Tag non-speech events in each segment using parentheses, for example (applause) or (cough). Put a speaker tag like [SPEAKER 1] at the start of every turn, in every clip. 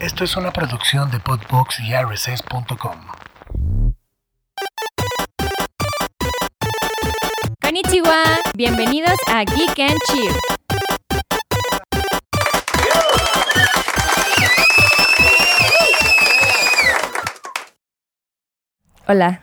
[SPEAKER 1] Esto es una producción de Podbox y RSS.com.
[SPEAKER 2] Konnichiwa, bienvenidos a Geek and Chill. Hola.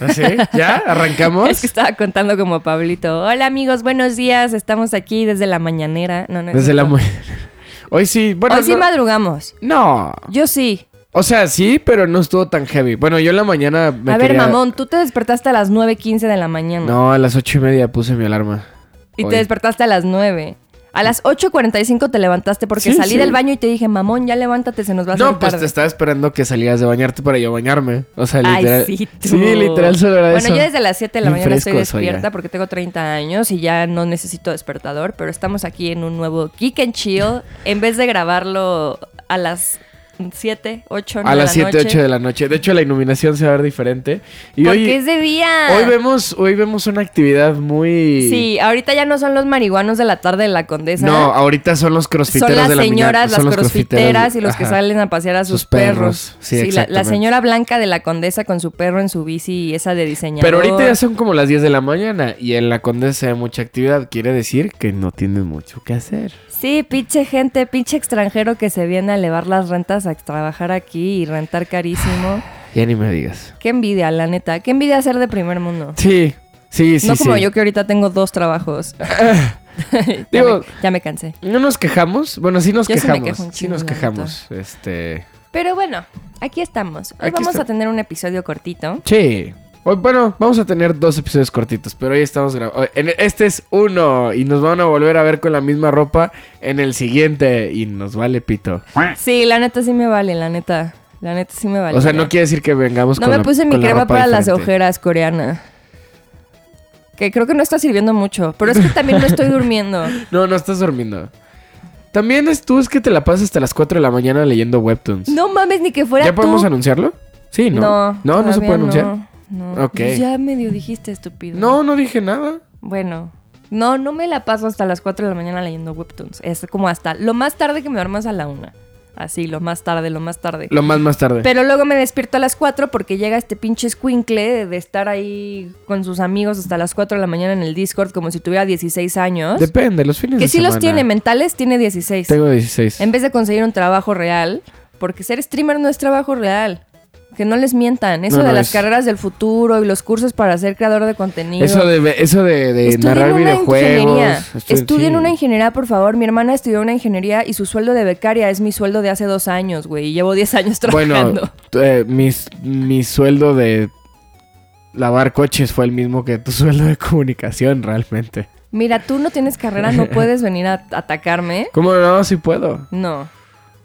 [SPEAKER 3] ¿Ah, sí? ¿Ya? ¿Arrancamos?
[SPEAKER 2] Es que estaba contando como Pablito. Hola amigos, buenos días. Estamos aquí desde la mañanera. No, no es
[SPEAKER 3] Desde la
[SPEAKER 2] cierto.
[SPEAKER 3] mu- Hoy sí, bueno.
[SPEAKER 2] Hoy sí
[SPEAKER 3] no-
[SPEAKER 2] madrugamos.
[SPEAKER 3] No.
[SPEAKER 2] Yo sí.
[SPEAKER 3] O sea, sí, pero no estuvo tan heavy. Bueno, yo en la mañana me
[SPEAKER 2] a ver,
[SPEAKER 3] quería-
[SPEAKER 2] mamón, tú te despertaste a las 9.15 de la mañana.
[SPEAKER 3] No, a las ocho y media puse mi alarma.
[SPEAKER 2] Y
[SPEAKER 3] Hoy.
[SPEAKER 2] te despertaste a las 9. A las 8.45 te levantaste porque
[SPEAKER 3] Sí,
[SPEAKER 2] salí
[SPEAKER 3] sí.
[SPEAKER 2] del baño y te dije, mamón, ya levántate, se nos va a hacer
[SPEAKER 3] No, pues
[SPEAKER 2] tarde".
[SPEAKER 3] te estaba esperando que salías de bañarte para yo bañarme. O sea,
[SPEAKER 2] Ay,
[SPEAKER 3] literal.
[SPEAKER 2] sí, tú.
[SPEAKER 3] literal solo era
[SPEAKER 2] Bueno,
[SPEAKER 3] eso.
[SPEAKER 2] yo desde las 7 de la
[SPEAKER 3] Bien
[SPEAKER 2] mañana estoy
[SPEAKER 3] frescos, oiga.
[SPEAKER 2] despierta porque tengo 30 años y ya no necesito despertador, pero estamos aquí en un nuevo Geek and Chill.
[SPEAKER 3] (laughs)
[SPEAKER 2] En vez de grabarlo a las 7, 8, 9
[SPEAKER 3] A las
[SPEAKER 2] de la
[SPEAKER 3] 7, 8
[SPEAKER 2] noche.
[SPEAKER 3] de la noche. De hecho, la iluminación se va a ver diferente. Y
[SPEAKER 2] Porque
[SPEAKER 3] hoy,
[SPEAKER 2] es de día.
[SPEAKER 3] hoy, vemos, hoy vemos una actividad muy.
[SPEAKER 2] Sí, ahorita ya no son los marihuanos de la tarde de la condesa.
[SPEAKER 3] No, ahorita son los crossfiteros
[SPEAKER 2] Son las
[SPEAKER 3] de la mina-
[SPEAKER 2] señoras, las
[SPEAKER 3] son los
[SPEAKER 2] crossfiteras y los que
[SPEAKER 3] Ajá.
[SPEAKER 2] salen a pasear a sus,
[SPEAKER 3] Sus
[SPEAKER 2] perros.
[SPEAKER 3] perros. Sí,
[SPEAKER 2] la, la
[SPEAKER 3] exactamente.
[SPEAKER 2] señora blanca de la condesa con su perro en su bici, esa de diseñador.
[SPEAKER 3] Pero ahorita ya son como las 10 de la mañana y en la condesa hay mucha actividad. Quiere decir que no tienen mucho que hacer.
[SPEAKER 2] Sí, pinche gente, pinche extranjero que se viene a elevar las rentas a trabajar aquí y rentar carísimo.
[SPEAKER 3] Ya ni me digas.
[SPEAKER 2] Qué envidia, la neta. Qué envidia ser de primer mundo.
[SPEAKER 3] Sí, sí, sí.
[SPEAKER 2] no como
[SPEAKER 3] sí.
[SPEAKER 2] yo que ahorita tengo dos
[SPEAKER 3] (laughs)
[SPEAKER 2] trabajos. ya,
[SPEAKER 3] Digo-
[SPEAKER 2] me, ya me cansé.
[SPEAKER 3] No nos quejamos. Bueno, sí nos
[SPEAKER 2] Yo sí me
[SPEAKER 3] quejamos.
[SPEAKER 2] quejo un
[SPEAKER 3] sí
[SPEAKER 2] chingo,
[SPEAKER 3] nos
[SPEAKER 2] la
[SPEAKER 3] quejamos. Este.
[SPEAKER 2] Pero bueno, aquí estamos. Hoy
[SPEAKER 3] Aquí
[SPEAKER 2] vamos
[SPEAKER 3] está-
[SPEAKER 2] a tener un episodio cortito.
[SPEAKER 3] Sí. Hoy, Bueno, vamos a tener dos episodios cortitos, pero hoy estamos grabando. Este es uno y nos van a volver a ver con la misma ropa en el siguiente y nos vale pito.
[SPEAKER 2] Sí, la neta sí me vale, la neta. La neta sí me vale.
[SPEAKER 3] o sea,
[SPEAKER 2] ya.
[SPEAKER 3] no quiere decir que vengamos
[SPEAKER 2] No
[SPEAKER 3] con
[SPEAKER 2] me
[SPEAKER 3] la-
[SPEAKER 2] puse mi
[SPEAKER 3] con la
[SPEAKER 2] crema
[SPEAKER 3] ropa
[SPEAKER 2] para las
[SPEAKER 3] diferente.
[SPEAKER 2] ojeras coreana. Que creo que no está sirviendo mucho. Pero es que también no estoy
[SPEAKER 3] (laughs)
[SPEAKER 2] durmiendo.
[SPEAKER 3] No, no estás durmiendo. También es tú, es que te la pasas hasta las 4 de la mañana leyendo webtoons.
[SPEAKER 2] No mames, ni que fuera
[SPEAKER 3] ¿Ya podemos
[SPEAKER 2] tú.
[SPEAKER 3] anunciarlo? Sí, ¿no?
[SPEAKER 2] No,
[SPEAKER 3] no, no
[SPEAKER 2] todavía
[SPEAKER 3] se puede anunciar. No.
[SPEAKER 2] No, no.
[SPEAKER 3] Ok.
[SPEAKER 2] Pues ya medio dijiste, estúpido.
[SPEAKER 3] no, dije nada.
[SPEAKER 2] Bueno. No, no me la paso hasta las 4 de la mañana leyendo webtoons. Es como hasta lo más tarde que me duermas a la 1. Así, lo más tarde, lo más tarde.
[SPEAKER 3] Lo más más tarde.
[SPEAKER 2] Pero luego me despierto a las 4 porque llega este pinche escuincle de, de estar ahí con sus amigos hasta las 4 de la mañana en el Discord como si tuviera 16 años.
[SPEAKER 3] Depende, los fines
[SPEAKER 2] que
[SPEAKER 3] de
[SPEAKER 2] sí
[SPEAKER 3] semana.
[SPEAKER 2] los tiene, mentales tiene 16.
[SPEAKER 3] Tengo 16.
[SPEAKER 2] En vez de conseguir un trabajo real, porque ser streamer no es trabajo real. Que no les mientan. Eso
[SPEAKER 3] No,
[SPEAKER 2] de
[SPEAKER 3] no
[SPEAKER 2] las
[SPEAKER 3] es.
[SPEAKER 2] carreras del futuro y los cursos para ser creador de contenido.
[SPEAKER 3] Eso de, eso de, de
[SPEAKER 2] Estudien
[SPEAKER 3] narrar
[SPEAKER 2] una ingeniería.
[SPEAKER 3] videojuegos. estu-
[SPEAKER 2] Estudien
[SPEAKER 3] sí.
[SPEAKER 2] una ingeniería, por favor. Mi hermana estudió una ingeniería y su sueldo de becaria es mi sueldo de hace dos años, güey. Y llevo 10 años trabajando.
[SPEAKER 3] Bueno, tú, eh, mis- mi sueldo de lavar coches fue el mismo que tu sueldo de comunicación, realmente.
[SPEAKER 2] Mira, tú no tienes carrera, no puedes venir a atacarme.
[SPEAKER 3] ¿Cómo no? Sí puedo.
[SPEAKER 2] No.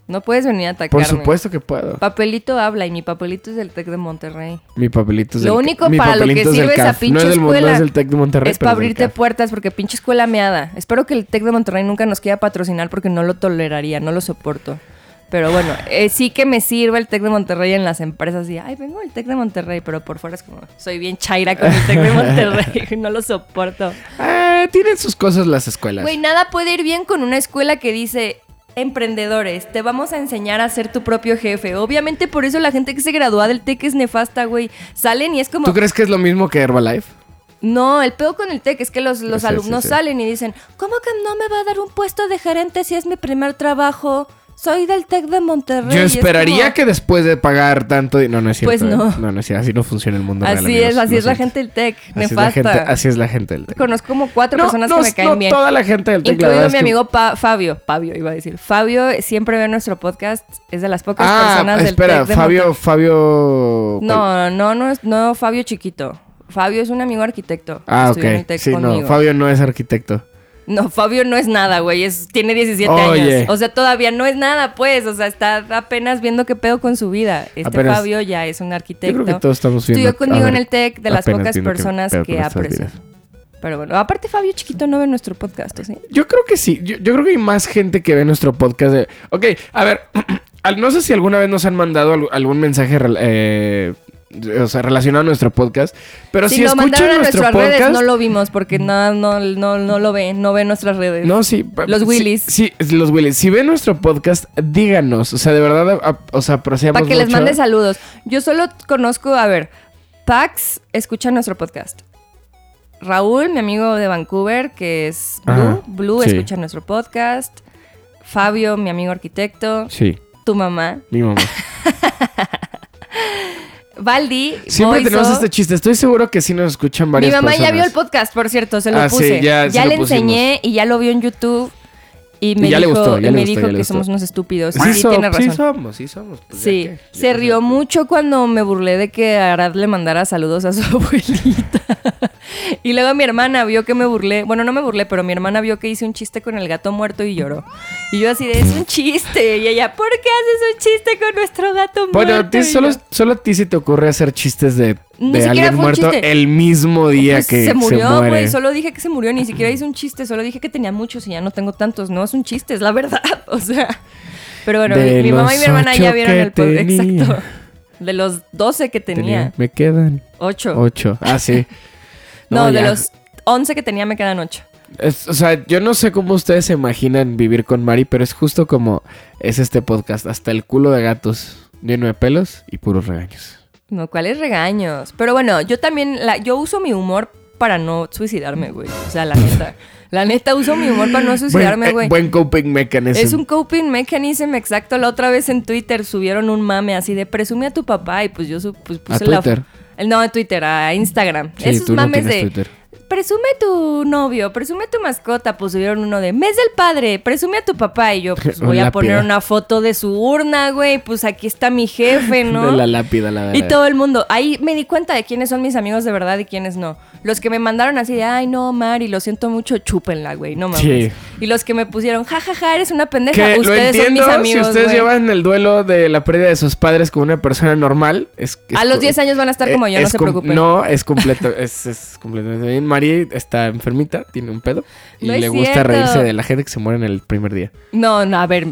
[SPEAKER 2] No puedes venir a atacarme.
[SPEAKER 3] Por supuesto que puedo.
[SPEAKER 2] Papelito habla y mi papelito es del Tec de Monterrey.
[SPEAKER 3] Mi papelito es
[SPEAKER 2] Lo
[SPEAKER 3] del-
[SPEAKER 2] único
[SPEAKER 3] mi
[SPEAKER 2] para lo que
[SPEAKER 3] papelito es del
[SPEAKER 2] sirve esa
[SPEAKER 3] CAF. no
[SPEAKER 2] pinche
[SPEAKER 3] es del, Mon-
[SPEAKER 2] escuela
[SPEAKER 3] No es del Tec de Monterrey.
[SPEAKER 2] es para
[SPEAKER 3] pero del
[SPEAKER 2] abrirte
[SPEAKER 3] CAF.
[SPEAKER 2] puertas porque pinche escuela meada. Espero que el Tec de Monterrey nunca nos quiera patrocinar porque no lo toleraría, no lo soporto. Pero bueno, eh, sí que me sirve el Tec de Monterrey en las empresas y ay, vengo del Tec de Monterrey, pero por fuera es como soy bien chaira con el
[SPEAKER 3] (laughs)
[SPEAKER 2] Tec de Monterrey, (laughs) no lo soporto.
[SPEAKER 3] Ah, tienen sus cosas las escuelas.
[SPEAKER 2] Güey, nada puede ir bien con una escuela que dice emprendedores, te vamos a enseñar a ser tu propio jefe. Obviamente por eso la gente que se gradúa del TEC es nefasta, güey. Salen y es como...
[SPEAKER 3] ¿Tú crees que es lo mismo que Herbalife?
[SPEAKER 2] No, el peor con el TEC es que los, los
[SPEAKER 3] Sí, sí,
[SPEAKER 2] alumnos
[SPEAKER 3] sí.
[SPEAKER 2] salen y dicen, ¿cómo que no me va a dar un puesto de gerente si es mi primer trabajo? Soy del TEC de Monterrey.
[SPEAKER 3] Yo
[SPEAKER 2] Y es
[SPEAKER 3] esperaría
[SPEAKER 2] como-
[SPEAKER 3] que después de pagar tanto... di- No, no es cierto.
[SPEAKER 2] Pues
[SPEAKER 3] ¿eh?
[SPEAKER 2] no.
[SPEAKER 3] No, no es cierto. Así no funciona el mundo real,
[SPEAKER 2] Así
[SPEAKER 3] amigos,
[SPEAKER 2] es, así
[SPEAKER 3] lo
[SPEAKER 2] es la
[SPEAKER 3] siento.
[SPEAKER 2] gente del TEC,
[SPEAKER 3] Así es la gente-
[SPEAKER 2] nefasta.
[SPEAKER 3] Así es la gente del TEC.
[SPEAKER 2] Conozco como cuatro
[SPEAKER 3] No,
[SPEAKER 2] personas
[SPEAKER 3] no,
[SPEAKER 2] que me caen
[SPEAKER 3] no
[SPEAKER 2] bien.
[SPEAKER 3] toda la gente del TEC, la
[SPEAKER 2] Incluido
[SPEAKER 3] verdad
[SPEAKER 2] mi
[SPEAKER 3] es que-
[SPEAKER 2] amigo Pa- Fabio. Fabio, iba a decir. Fabio siempre ve nuestro podcast. Es de las pocas
[SPEAKER 3] Ah,
[SPEAKER 2] personas del
[SPEAKER 3] espera.
[SPEAKER 2] TEC de
[SPEAKER 3] Fabio... Fabio...
[SPEAKER 2] Monterrey. No, no, no, es- no, Fabio chiquito. Fabio es un amigo arquitecto.
[SPEAKER 3] Ah,
[SPEAKER 2] Estudió en el
[SPEAKER 3] ok.
[SPEAKER 2] TEC
[SPEAKER 3] Sí, no.
[SPEAKER 2] conmigo.
[SPEAKER 3] Fabio no es arquitecto.
[SPEAKER 2] No, Fabio no es nada, güey. Es, tiene 17
[SPEAKER 3] Oye.
[SPEAKER 2] años. O sea, todavía no es nada, pues. O sea, está apenas viendo qué pedo con su vida. Este
[SPEAKER 3] Apenas.
[SPEAKER 2] Fabio ya es un
[SPEAKER 3] Yo
[SPEAKER 2] arquitecto.
[SPEAKER 3] creo que todos estamos viendo...
[SPEAKER 2] Estudió conmigo en
[SPEAKER 3] ahora
[SPEAKER 2] el TEC, de las
[SPEAKER 3] apenas
[SPEAKER 2] pocas
[SPEAKER 3] viendo qué
[SPEAKER 2] personas
[SPEAKER 3] pedo
[SPEAKER 2] que
[SPEAKER 3] con estas
[SPEAKER 2] aprecio.
[SPEAKER 3] vidas.
[SPEAKER 2] Pero bueno, aparte Fabio chiquito no ve nuestro podcast, ¿o sí?
[SPEAKER 3] Yo creo que sí. Yo, yo creo que hay más gente que ve nuestro podcast. de- (clears throat) Ok, a ver. al- No sé si alguna vez nos han mandado al- algún mensaje rel- eh, o sea, relacionado a nuestro podcast. Pero si,
[SPEAKER 2] lo mandaron
[SPEAKER 3] escuchan
[SPEAKER 2] a
[SPEAKER 3] nuestro
[SPEAKER 2] nuestras
[SPEAKER 3] podcast,
[SPEAKER 2] redes, no lo vimos porque no, no, no, no lo ven, no ven nuestras redes.
[SPEAKER 3] No, sí. pa-
[SPEAKER 2] Los
[SPEAKER 3] sí,
[SPEAKER 2] Willys.
[SPEAKER 3] Sí, los Willys. Si ven nuestro podcast, díganos. O sea, de verdad, a- o sea, apreciamos
[SPEAKER 2] Para que les
[SPEAKER 3] mucho.
[SPEAKER 2] mande saludos. Yo solo conozco, a ver, Pax escucha nuestro podcast. Raúl, mi amigo de Vancouver, que es Blue,
[SPEAKER 3] Ajá,
[SPEAKER 2] Blue
[SPEAKER 3] sí.
[SPEAKER 2] escucha nuestro podcast. Fabio, mi amigo arquitecto.
[SPEAKER 3] Sí,
[SPEAKER 2] Tu mamá.
[SPEAKER 3] mi mamá.
[SPEAKER 2] Valdi.
[SPEAKER 3] Siempre
[SPEAKER 2] Boiso.
[SPEAKER 3] tenemos este chiste. Estoy seguro que sí nos escuchan
[SPEAKER 2] Mi
[SPEAKER 3] varias
[SPEAKER 2] mamá
[SPEAKER 3] personas.
[SPEAKER 2] ya vio el podcast, por cierto, se lo
[SPEAKER 3] Ah, sí,
[SPEAKER 2] puse.
[SPEAKER 3] ya
[SPEAKER 2] ya
[SPEAKER 3] se lo
[SPEAKER 2] le
[SPEAKER 3] pusimos.
[SPEAKER 2] enseñé y ya lo vio en YouTube. Y me
[SPEAKER 3] Y ya le
[SPEAKER 2] dijo,
[SPEAKER 3] gustó, ya
[SPEAKER 2] y
[SPEAKER 3] le
[SPEAKER 2] me
[SPEAKER 3] gustó,
[SPEAKER 2] dijo
[SPEAKER 3] ya le
[SPEAKER 2] que
[SPEAKER 3] gustó.
[SPEAKER 2] somos unos estúpidos.
[SPEAKER 3] Sí,
[SPEAKER 2] Sí,
[SPEAKER 3] so-
[SPEAKER 2] tiene razón.
[SPEAKER 3] sí somos, sí somos. pues, ya
[SPEAKER 2] Sí,
[SPEAKER 3] que-
[SPEAKER 2] se rió mucho cuando me burlé de que Arad le mandara saludos a su (laughs) abuelita. y luego mi hermana vio que me burlé, bueno, no me burlé, pero mi hermana vio que hice un chiste con el gato muerto y lloró. Y yo así de, es un chiste. Y ella, ¿por qué haces un chiste con nuestro gato muerto?
[SPEAKER 3] Bueno, a ti
[SPEAKER 2] Y
[SPEAKER 3] solo,
[SPEAKER 2] yo,
[SPEAKER 3] solo a ti se te ocurre hacer chistes de,
[SPEAKER 2] Ni
[SPEAKER 3] de
[SPEAKER 2] siquiera
[SPEAKER 3] alguien
[SPEAKER 2] fue un
[SPEAKER 3] muerto
[SPEAKER 2] chiste.
[SPEAKER 3] el mismo día
[SPEAKER 2] pues,
[SPEAKER 3] que
[SPEAKER 2] se murió,
[SPEAKER 3] muere.
[SPEAKER 2] güey. Solo dije que se murió, ni siquiera hice un chiste. Solo dije que tenía muchos y ya no tengo tantos. No, es un chiste, es la verdad. (laughs) O sea. Pero bueno,
[SPEAKER 3] De
[SPEAKER 2] mi, mi mamá y mi
[SPEAKER 3] los
[SPEAKER 2] hermana ya
[SPEAKER 3] ocho
[SPEAKER 2] vieron
[SPEAKER 3] que
[SPEAKER 2] el podcast.
[SPEAKER 3] tenía.
[SPEAKER 2] Exacto. De los 12 que tenía.
[SPEAKER 3] Me quedan
[SPEAKER 2] Ocho.
[SPEAKER 3] ocho.
[SPEAKER 2] (laughs)
[SPEAKER 3] Ah, sí.
[SPEAKER 2] No, de
[SPEAKER 3] ya.
[SPEAKER 2] los 11 que tenía me quedan 8.
[SPEAKER 3] Es- o sea, yo no sé cómo ustedes se imaginan vivir con Mari, pero es justo como es este podcast, hasta el culo de gatos, lleno de pelos y puros regaños.
[SPEAKER 2] No, ¿cuáles regaños? Pero bueno, yo también, la, yo uso mi humor para no suicidarme, güey. O sea, la
[SPEAKER 3] (laughs)
[SPEAKER 2] neta. la neta, uso mi humor para no
[SPEAKER 3] Buen,
[SPEAKER 2] suicidarme,
[SPEAKER 3] eh,
[SPEAKER 2] güey.
[SPEAKER 3] buen coping mechanism.
[SPEAKER 2] Es un coping mechanism exacto. La otra vez en Twitter subieron un mame así de presume a tu papá y pues yo su- pues, puse la...
[SPEAKER 3] Twitter?
[SPEAKER 2] No, a Twitter, a Instagram.
[SPEAKER 3] Sí,
[SPEAKER 2] Esos
[SPEAKER 3] tú no
[SPEAKER 2] mames
[SPEAKER 3] tienes
[SPEAKER 2] de...
[SPEAKER 3] Twitter.
[SPEAKER 2] presume tu novio, presume tu mascota, pues subieron uno de mes del padre, presume a tu papá y yo
[SPEAKER 3] (laughs)
[SPEAKER 2] pues
[SPEAKER 3] Una
[SPEAKER 2] voy a poner
[SPEAKER 3] lápida.
[SPEAKER 2] una foto de su urna, güey, pues aquí está mi jefe, ¿no?
[SPEAKER 3] (laughs) De la lápida, la verdad.
[SPEAKER 2] Y todo el mundo. Ahí me di cuenta de quiénes son mis amigos de verdad y quiénes no. Los que me mandaron así de, ay, no, Mari, lo siento mucho, chúpenla, güey, no mames.
[SPEAKER 3] Sí.
[SPEAKER 2] Y los que me pusieron, jajaja, eres una pendeja,
[SPEAKER 3] Que lo
[SPEAKER 2] ustedes son
[SPEAKER 3] entiendo
[SPEAKER 2] mis amigos.
[SPEAKER 3] si ustedes
[SPEAKER 2] güey".
[SPEAKER 3] llevan el duelo de la pérdida de sus padres como una persona normal. Es, es
[SPEAKER 2] A los
[SPEAKER 3] co-
[SPEAKER 2] 10 años van a estar
[SPEAKER 3] eh,
[SPEAKER 2] como yo, no
[SPEAKER 3] es
[SPEAKER 2] se
[SPEAKER 3] com-
[SPEAKER 2] preocupen.
[SPEAKER 3] No, es, completo, es, es completamente bien. Mari está enfermita, tiene un pedo y
[SPEAKER 2] No es
[SPEAKER 3] le gusta
[SPEAKER 2] cierto.
[SPEAKER 3] reírse de la gente que se muere en el primer día.
[SPEAKER 2] No, no, a ver,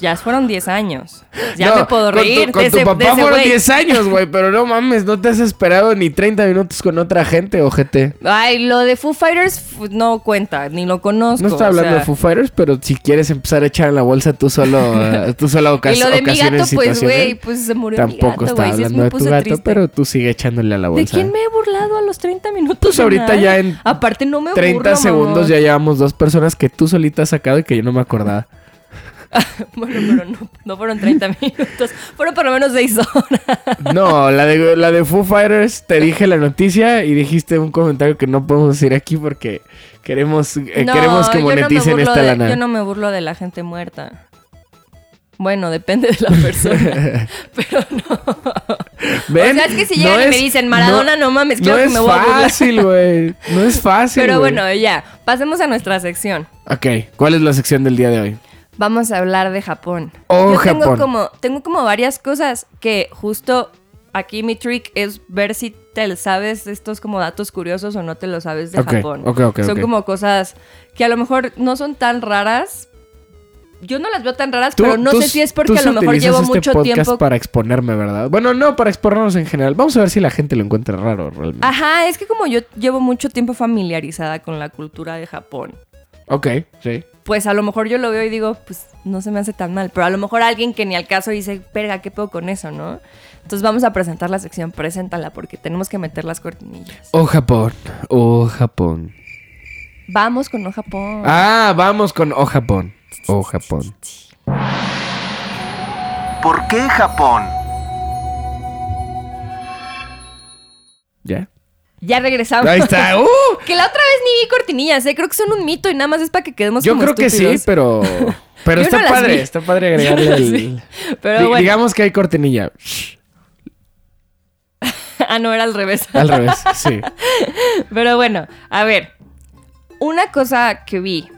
[SPEAKER 2] ya fueron 10 años. Ya
[SPEAKER 3] No,
[SPEAKER 2] me puedo
[SPEAKER 3] con tu-
[SPEAKER 2] reír.
[SPEAKER 3] Con
[SPEAKER 2] de
[SPEAKER 3] tu,
[SPEAKER 2] ese- de
[SPEAKER 3] papá
[SPEAKER 2] ese
[SPEAKER 3] fueron
[SPEAKER 2] güey.
[SPEAKER 3] 10 años, güey, pero no mames, no te has esperado ni 30 minutos con otra gente, ojete.
[SPEAKER 2] Ay, lo de Foo Fighters fu- no cuenta, ni lo conozco.
[SPEAKER 3] No está
[SPEAKER 2] o
[SPEAKER 3] hablando
[SPEAKER 2] sea.
[SPEAKER 3] de Foo Fighters, pero si quieres empezar a echar en la bolsa tú solo, eh, tú solo
[SPEAKER 2] (laughs) Y lo
[SPEAKER 3] ocas-
[SPEAKER 2] de mi gato,
[SPEAKER 3] ocasiones
[SPEAKER 2] pues,
[SPEAKER 3] situaciones.
[SPEAKER 2] güey, pues se murió
[SPEAKER 3] Tampoco
[SPEAKER 2] mi gato,
[SPEAKER 3] está
[SPEAKER 2] güey. Sí,
[SPEAKER 3] hablando
[SPEAKER 2] me
[SPEAKER 3] de tu
[SPEAKER 2] puse
[SPEAKER 3] gato,
[SPEAKER 2] triste.
[SPEAKER 3] pero tú sigue echándole a la
[SPEAKER 2] ¿De
[SPEAKER 3] bolsa.
[SPEAKER 2] quién me he burlado a los 30 minutos?
[SPEAKER 3] Pues
[SPEAKER 2] de
[SPEAKER 3] ahorita
[SPEAKER 2] nadie?
[SPEAKER 3] ya en
[SPEAKER 2] Aparte no me
[SPEAKER 3] 30
[SPEAKER 2] burlo,
[SPEAKER 3] segundos
[SPEAKER 2] mamón.
[SPEAKER 3] ya llevamos dos personas que tú solita has sacado y que yo no me
[SPEAKER 2] (laughs)
[SPEAKER 3] acordaba.
[SPEAKER 2] Bueno, pero no, no fueron 30 (laughs) minutos. Fueron por lo menos 6 horas.
[SPEAKER 3] No, la de, la de Foo Fighters, te dije la noticia y dijiste un comentario que no podemos decir aquí porque queremos, eh,
[SPEAKER 2] No,
[SPEAKER 3] queremos que
[SPEAKER 2] yo no me
[SPEAKER 3] moneticen
[SPEAKER 2] burlo
[SPEAKER 3] esta
[SPEAKER 2] de-
[SPEAKER 3] lana. (laughs)
[SPEAKER 2] Yo no me burlo de la gente muerta. Bueno, depende de la (laughs) persona. pero no.
[SPEAKER 3] ¿Ven?
[SPEAKER 2] O sea, es que si llegan
[SPEAKER 3] No
[SPEAKER 2] y me
[SPEAKER 3] es-
[SPEAKER 2] dicen, Maradona, no, mames,
[SPEAKER 3] no
[SPEAKER 2] claro que
[SPEAKER 3] es
[SPEAKER 2] me voy a burlar.
[SPEAKER 3] fácil, güey. No es
[SPEAKER 2] (laughs)
[SPEAKER 3] fácil.
[SPEAKER 2] Pero
[SPEAKER 3] güey.
[SPEAKER 2] bueno, ya. Pasemos a nuestra sección.
[SPEAKER 3] Ok, ¿cuál es la sección del día de hoy?
[SPEAKER 2] Vamos a hablar de Japón.
[SPEAKER 3] Oh,
[SPEAKER 2] Yo tengo
[SPEAKER 3] Japón.
[SPEAKER 2] como tengo como varias cosas que justo aquí mi trick es ver si te sabes estos como datos curiosos o no te lo sabes de
[SPEAKER 3] Ok,
[SPEAKER 2] Japón.
[SPEAKER 3] ok, ok,
[SPEAKER 2] son
[SPEAKER 3] ok.
[SPEAKER 2] como cosas que a lo mejor no son tan raras. Yo no las veo tan raras,
[SPEAKER 3] Tú-
[SPEAKER 2] pero no
[SPEAKER 3] tú-
[SPEAKER 2] sé si es
[SPEAKER 3] tú
[SPEAKER 2] porque a lo mejor
[SPEAKER 3] utilizas
[SPEAKER 2] llevo
[SPEAKER 3] este
[SPEAKER 2] mucho
[SPEAKER 3] podcast
[SPEAKER 2] tiempo.
[SPEAKER 3] para exponerme, ¿verdad? Bueno, no, para exponernos en general. Vamos a ver si la gente lo encuentra raro realmente.
[SPEAKER 2] Ajá, es que como yo llevo mucho tiempo familiarizada con la cultura de Japón.
[SPEAKER 3] Ok, sí.
[SPEAKER 2] pues a lo mejor yo lo veo y digo, pues no se me hace tan mal, pero a lo mejor alguien que ni al caso dice, verga, ¿qué puedo con eso, no? Entonces vamos a presentar la sección, preséntala, porque tenemos que meter las cortinillas.
[SPEAKER 3] Oh, Japón. Oh, Japón.
[SPEAKER 2] Vamos con No Japón.
[SPEAKER 3] Ah, vamos con Oh, Japón. Oh, Japón.
[SPEAKER 4] ¿Por qué Japón?
[SPEAKER 3] ¿Ya?
[SPEAKER 2] Ya regresamos.
[SPEAKER 3] Ahí está. ¡Uh!
[SPEAKER 2] (laughs) Que la otra vez ni vi cortinillas, ¿eh? creo que son un mito y nada más es para que quedemos
[SPEAKER 3] Yo
[SPEAKER 2] como
[SPEAKER 3] creo que sí,
[SPEAKER 2] estúpidos.
[SPEAKER 3] pero. Pero
[SPEAKER 2] Yo
[SPEAKER 3] está
[SPEAKER 2] no las
[SPEAKER 3] padre,
[SPEAKER 2] vi.
[SPEAKER 3] está
[SPEAKER 2] Yo
[SPEAKER 3] padre
[SPEAKER 2] no (laughs)
[SPEAKER 3] agregarle
[SPEAKER 2] las
[SPEAKER 3] el-
[SPEAKER 2] vi.
[SPEAKER 3] Di-
[SPEAKER 2] Pero bueno,
[SPEAKER 3] Digamos que hay cortinilla.
[SPEAKER 2] (laughs) ah, no, era al revés.
[SPEAKER 3] Al revés,
[SPEAKER 2] (laughs)
[SPEAKER 3] sí.
[SPEAKER 2] Pero bueno, a ver. Una cosa que vi,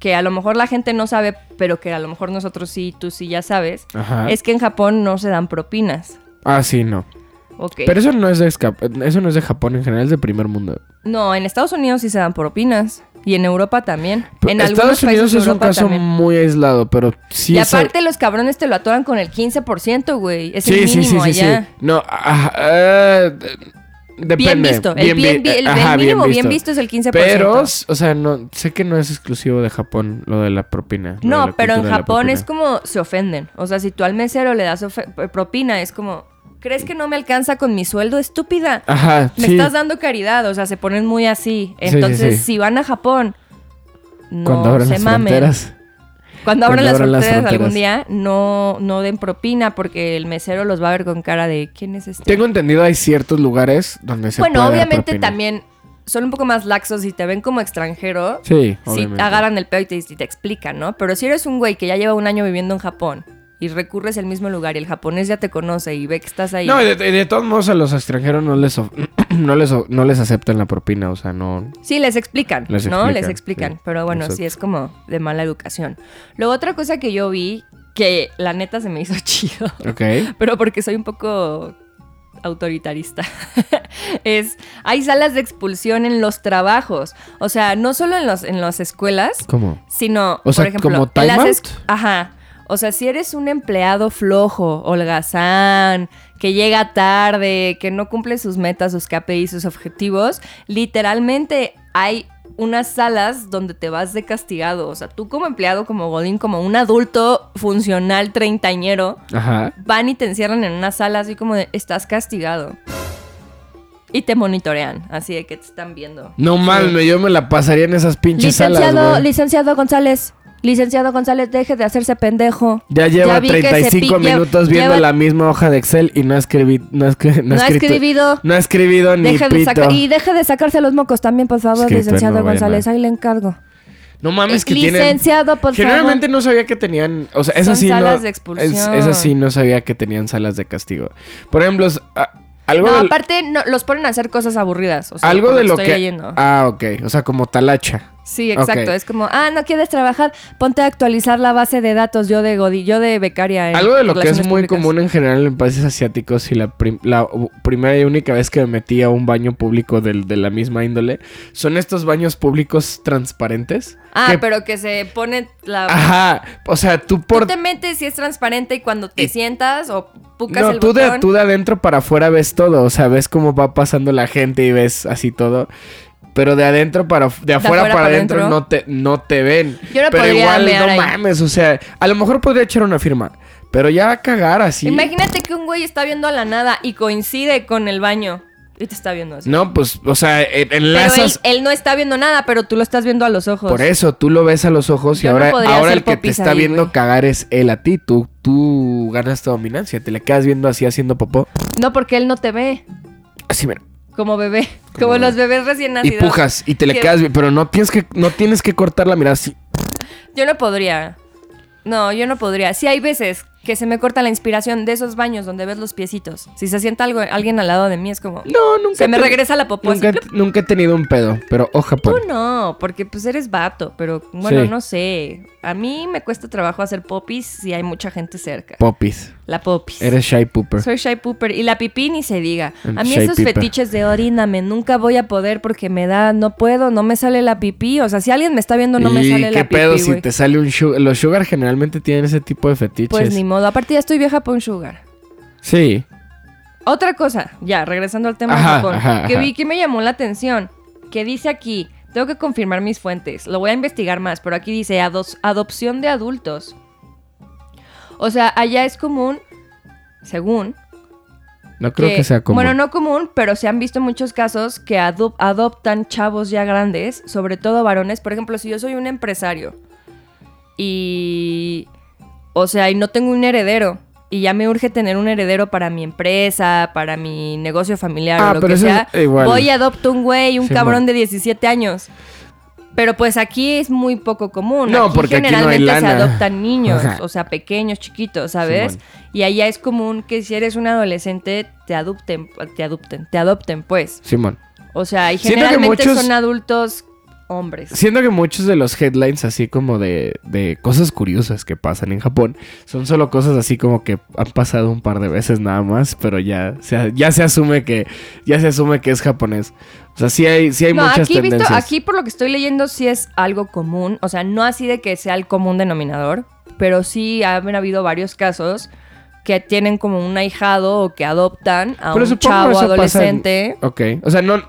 [SPEAKER 2] que a lo mejor la gente no sabe, pero que a lo mejor nosotros sí, tú sí ya sabes,
[SPEAKER 3] Ajá.
[SPEAKER 2] es que en Japón no se dan propinas.
[SPEAKER 3] Ah, sí, no.
[SPEAKER 2] Ok.
[SPEAKER 3] Pero eso no es de esca- eso no es de Japón en general, es de primer mundo.
[SPEAKER 2] No, en Estados Unidos sí se dan propinas. Y en Europa también.
[SPEAKER 3] Pero
[SPEAKER 2] en algunos
[SPEAKER 3] Estados Unidos
[SPEAKER 2] países de
[SPEAKER 3] es un
[SPEAKER 2] Europa
[SPEAKER 3] caso
[SPEAKER 2] también.
[SPEAKER 3] muy aislado, pero sí
[SPEAKER 2] y
[SPEAKER 3] es-
[SPEAKER 2] aparte los cabrones te lo atoran con el 15%, güey. Es el
[SPEAKER 3] sí, sí,
[SPEAKER 2] mínimo
[SPEAKER 3] sí, sí, sí.
[SPEAKER 2] allá.
[SPEAKER 3] No, ajá, eh, d- depende.
[SPEAKER 2] Bien visto. El,
[SPEAKER 3] vi-
[SPEAKER 2] bien vi- el- el
[SPEAKER 3] ajá,
[SPEAKER 2] mínimo bien visto. es el 15%.
[SPEAKER 3] Pero, o sea, no, sé que no es exclusivo de Japón lo de la propina. lo de
[SPEAKER 2] No,
[SPEAKER 3] la
[SPEAKER 2] pero en
[SPEAKER 3] cultura de la
[SPEAKER 2] Japón es
[SPEAKER 3] propina.
[SPEAKER 2] como se ofenden. O sea, si tú al mesero le das ofe- eh, propina, es como, ¿crees que no me alcanza con mi sueldo, estúpida?
[SPEAKER 3] Ajá,
[SPEAKER 2] Me
[SPEAKER 3] sí.
[SPEAKER 2] estás dando caridad, o sea, se ponen muy así.
[SPEAKER 3] Sí, sí,
[SPEAKER 2] Entonces,
[SPEAKER 3] sí.
[SPEAKER 2] si van a Japón, no
[SPEAKER 3] Cuando abran
[SPEAKER 2] se
[SPEAKER 3] las
[SPEAKER 2] mamen.
[SPEAKER 3] fronteras.
[SPEAKER 2] Cuando abran,
[SPEAKER 3] Cuando
[SPEAKER 2] las,
[SPEAKER 3] abran las
[SPEAKER 2] fronteras algún día, no, no den propina porque el mesero los va a ver con cara de ¿quién es este?
[SPEAKER 3] Tengo entendido hay ciertos lugares donde se
[SPEAKER 2] bueno,
[SPEAKER 3] puede dar
[SPEAKER 2] obviamente
[SPEAKER 3] propina.
[SPEAKER 2] también son un poco más laxos y te ven como extranjero.
[SPEAKER 3] Sí,
[SPEAKER 2] Sí,
[SPEAKER 3] obviamente.
[SPEAKER 2] agarran el pedo y te, y te explican, ¿no? Pero si eres un güey que ya lleva un año viviendo en Japón y recurres al mismo lugar y el japonés ya te conoce y ve que estás ahí.
[SPEAKER 3] No, y de, de- de todos modos a los extranjeros no les of- (clears throat) no les of- no les aceptan la propina, o sea, no
[SPEAKER 2] Sí, les explican,
[SPEAKER 3] Les
[SPEAKER 2] ¿no?
[SPEAKER 3] explican,
[SPEAKER 2] les explican.
[SPEAKER 3] sí.
[SPEAKER 2] Pero bueno, sí
[SPEAKER 3] Exacto.
[SPEAKER 2] es como de mala educación. Luego, otra cosa que yo vi que la neta se me hizo (laughs) chido,
[SPEAKER 3] Ok.
[SPEAKER 2] pero porque soy un poco autoritarista, (laughs) es hay salas de expulsión en los trabajos. O sea, no solo en, los, en las escuelas,
[SPEAKER 3] ¿Cómo?
[SPEAKER 2] sino,
[SPEAKER 3] O sea,
[SPEAKER 2] por ejemplo,
[SPEAKER 3] ¿como
[SPEAKER 2] en las
[SPEAKER 3] timeout?
[SPEAKER 2] es- Ajá. O sea, si eres un empleado flojo, holgazán, que llega tarde, que no cumple sus metas, sus KPIs, sus objetivos, literalmente hay unas salas donde te vas de castigado. O sea, tú como empleado, como Godín, como un adulto funcional treintañero,
[SPEAKER 3] Ajá.
[SPEAKER 2] van y te encierran en una sala así como de estás castigado. Y te monitorean, así de que te están viendo.
[SPEAKER 3] No mames, yo me la pasaría en esas pinches
[SPEAKER 2] Licenciado,
[SPEAKER 3] salas, güey.
[SPEAKER 2] licenciado González, licenciado González, deje de hacerse pendejo.
[SPEAKER 3] Ya lleva
[SPEAKER 2] vi que se
[SPEAKER 3] 35
[SPEAKER 2] pi- lleva-
[SPEAKER 3] minutos viendo
[SPEAKER 2] lleva-
[SPEAKER 3] la misma hoja de Excel y no ha escribi- no ha escri- no
[SPEAKER 2] No
[SPEAKER 3] ha
[SPEAKER 2] ha
[SPEAKER 3] escrito-
[SPEAKER 2] escribido.
[SPEAKER 3] no ha escribido ni
[SPEAKER 2] Deje de saca-
[SPEAKER 3] pito.
[SPEAKER 2] y deje de sacarse los mocos también, por favor,
[SPEAKER 3] Es que
[SPEAKER 2] licenciado
[SPEAKER 3] no, bueno.
[SPEAKER 2] González, ahí le encargo.
[SPEAKER 3] No mames que tienen.
[SPEAKER 2] licenciado, por
[SPEAKER 3] Generalmente
[SPEAKER 2] favor.
[SPEAKER 3] no sabía que tenían, o sea, es
[SPEAKER 2] Son
[SPEAKER 3] así
[SPEAKER 2] salas
[SPEAKER 3] no
[SPEAKER 2] de expulsión.
[SPEAKER 3] es- es así no sabía que tenían salas de castigo. Por ejemplo, s- a- algo
[SPEAKER 2] No,
[SPEAKER 3] del-
[SPEAKER 2] aparte no, los ponen a hacer cosas aburridas. o sea,
[SPEAKER 3] algo
[SPEAKER 2] por
[SPEAKER 3] de lo
[SPEAKER 2] estoy
[SPEAKER 3] que
[SPEAKER 2] leyendo.
[SPEAKER 3] Ah, ok, o sea, como talacha.
[SPEAKER 2] Sí, exacto.
[SPEAKER 3] ok.
[SPEAKER 2] Es como, ah, no quieres trabajar, ponte a actualizar la base de datos. Yo de Godi, yo de becaria. en
[SPEAKER 3] Algo de lo que es
[SPEAKER 2] relaciones
[SPEAKER 3] muy
[SPEAKER 2] públicas.
[SPEAKER 3] común en general en países asiáticos y la, prim- la u- primera y única vez que me metí a un baño público del- de la misma índole son estos baños públicos transparentes.
[SPEAKER 2] Ah,
[SPEAKER 3] que-
[SPEAKER 2] pero que se pone la.
[SPEAKER 3] Ajá, o sea, tú
[SPEAKER 2] Tú
[SPEAKER 3] por...
[SPEAKER 2] te metes si es transparente y cuando te
[SPEAKER 3] Eh,
[SPEAKER 2] sientas o pucas
[SPEAKER 3] No,
[SPEAKER 2] el
[SPEAKER 3] tú de,
[SPEAKER 2] botón.
[SPEAKER 3] tú de adentro para afuera ves todo, o sea, ves cómo va pasando la gente y ves así todo. Pero de adentro para af- de afuera
[SPEAKER 2] afuera
[SPEAKER 3] para
[SPEAKER 2] para
[SPEAKER 3] adentro
[SPEAKER 2] adentro.
[SPEAKER 3] no te no te ven.
[SPEAKER 2] Yo no
[SPEAKER 3] pero
[SPEAKER 2] podría
[SPEAKER 3] igual
[SPEAKER 2] mear
[SPEAKER 3] no
[SPEAKER 2] ahí.
[SPEAKER 3] mames, o sea, a lo mejor podría echar una firma, pero ya va a cagar así.
[SPEAKER 2] Imagínate que un güey está viendo a la nada y coincide con el baño y te está viendo así.
[SPEAKER 3] No, pues, o sea, e-
[SPEAKER 2] pero él,
[SPEAKER 3] enlazas
[SPEAKER 2] él no está viendo nada, pero tú lo estás viendo a los ojos.
[SPEAKER 3] Por eso, tú lo ves a los ojos
[SPEAKER 2] Pues,
[SPEAKER 3] y
[SPEAKER 2] Yo no
[SPEAKER 3] ahora,
[SPEAKER 2] podría
[SPEAKER 3] ahora
[SPEAKER 2] hacer
[SPEAKER 3] el que te
[SPEAKER 2] popis
[SPEAKER 3] está
[SPEAKER 2] ahí,
[SPEAKER 3] viendo
[SPEAKER 2] güey.
[SPEAKER 3] cagar es él a ti. Tú, tú ganaste dominancia, te le quedas viendo así haciendo popó.
[SPEAKER 2] No, porque él no te ve
[SPEAKER 3] Así, mira.
[SPEAKER 2] como bebé,
[SPEAKER 3] Como
[SPEAKER 2] como,
[SPEAKER 3] bebé.
[SPEAKER 2] los bebés recién
[SPEAKER 3] Y
[SPEAKER 2] nacidos.
[SPEAKER 3] pujas y te le
[SPEAKER 2] que-
[SPEAKER 3] quedas viendo. Pero no tienes que, no tienes que cortar la mirada así.
[SPEAKER 2] Yo no podría. No, yo no podría. Sí hay veces que se me corta la inspiración de esos baños donde ves los piecitos. Si se sienta algo, alguien al lado de mí es como...
[SPEAKER 3] No, nunca.
[SPEAKER 2] Se me
[SPEAKER 3] he teni-
[SPEAKER 2] regresa la popó así,
[SPEAKER 3] Nunca, nunca he tenido un pedo, pero oja
[SPEAKER 2] Tú
[SPEAKER 3] por.
[SPEAKER 2] no, porque pues eres vato, pero bueno,
[SPEAKER 3] Sí.
[SPEAKER 2] no sé. A mí me cuesta trabajo hacer popis si hay mucha gente cerca.
[SPEAKER 3] Popis.
[SPEAKER 2] la popis.
[SPEAKER 3] Eres shy pooper.
[SPEAKER 2] Soy shy pooper y la pipí ni se diga.
[SPEAKER 3] El
[SPEAKER 2] A mí
[SPEAKER 3] shy
[SPEAKER 2] esos
[SPEAKER 3] pooper.
[SPEAKER 2] fetiches de oríname nunca voy a poder porque me da, no puedo, no me sale la pipí. O sea, si alguien me está viendo, no me
[SPEAKER 3] y
[SPEAKER 2] sale
[SPEAKER 3] qué
[SPEAKER 2] la pipí.
[SPEAKER 3] pedo si
[SPEAKER 2] güey.
[SPEAKER 3] te sale un sugar. Los sugar generalmente tienen ese tipo de fetiches.
[SPEAKER 2] Pues ni modo. Aparte, ya estoy vieja para un sugar.
[SPEAKER 3] Sí.
[SPEAKER 2] Otra cosa, ya, regresando al tema de
[SPEAKER 3] Ajá,
[SPEAKER 2] Japón,
[SPEAKER 3] ajá,
[SPEAKER 2] que
[SPEAKER 3] ajá.
[SPEAKER 2] vi que me llamó la atención, que dice aquí, tengo que confirmar mis fuentes, lo voy a investigar más, pero aquí dice "Ado- adopción de adultos. O sea, allá es común, según...
[SPEAKER 3] No creo que, sea común.
[SPEAKER 2] Bueno, no común, pero se han visto muchos casos que adu- adoptan chavos ya grandes, sobre todo varones. Por ejemplo, si yo soy un empresario y... O sea, y no tengo un heredero. Y ya me urge tener un heredero para mi empresa, para mi negocio familiar
[SPEAKER 3] Ah,
[SPEAKER 2] o lo
[SPEAKER 3] pero
[SPEAKER 2] que
[SPEAKER 3] eso es
[SPEAKER 2] sea.
[SPEAKER 3] igual.
[SPEAKER 2] Voy y adopto un güey, un
[SPEAKER 3] Sí,
[SPEAKER 2] cabrón
[SPEAKER 3] man.
[SPEAKER 2] de 17 años. Pero pues aquí es muy poco común.
[SPEAKER 3] No, porque aquí no hay
[SPEAKER 2] generalmente
[SPEAKER 3] lana.
[SPEAKER 2] se adoptan niños,
[SPEAKER 3] Ajá.
[SPEAKER 2] o sea, pequeños, chiquitos, ¿sabes?
[SPEAKER 3] Simón.
[SPEAKER 2] Y allá es común que si eres un adolescente te adopten, te adopten, te adopten, pues.
[SPEAKER 3] Simón.
[SPEAKER 2] O sea, y
[SPEAKER 3] Siento que
[SPEAKER 2] generalmente
[SPEAKER 3] muchos-
[SPEAKER 2] son adultos hombres.
[SPEAKER 3] Siendo que muchos de los headlines así como de, de cosas curiosas que pasan en Japón son solo cosas así como que han pasado un par de veces nada más, pero ya se, ya se asume que ya se asume que es japonés. O sea, sí hay, sí hay
[SPEAKER 2] no,
[SPEAKER 3] muchas
[SPEAKER 2] aquí, he visto,
[SPEAKER 3] tendencias.
[SPEAKER 2] aquí por lo que estoy leyendo sí es algo común, o sea, no así de que sea el común denominador, pero sí han habido varios casos que tienen como un ahijado o que adoptan a
[SPEAKER 3] Pero
[SPEAKER 2] un
[SPEAKER 3] supongo
[SPEAKER 2] chavo
[SPEAKER 3] eso pasa en-
[SPEAKER 2] adolescente.
[SPEAKER 3] Ok, o sea, no
[SPEAKER 2] Eso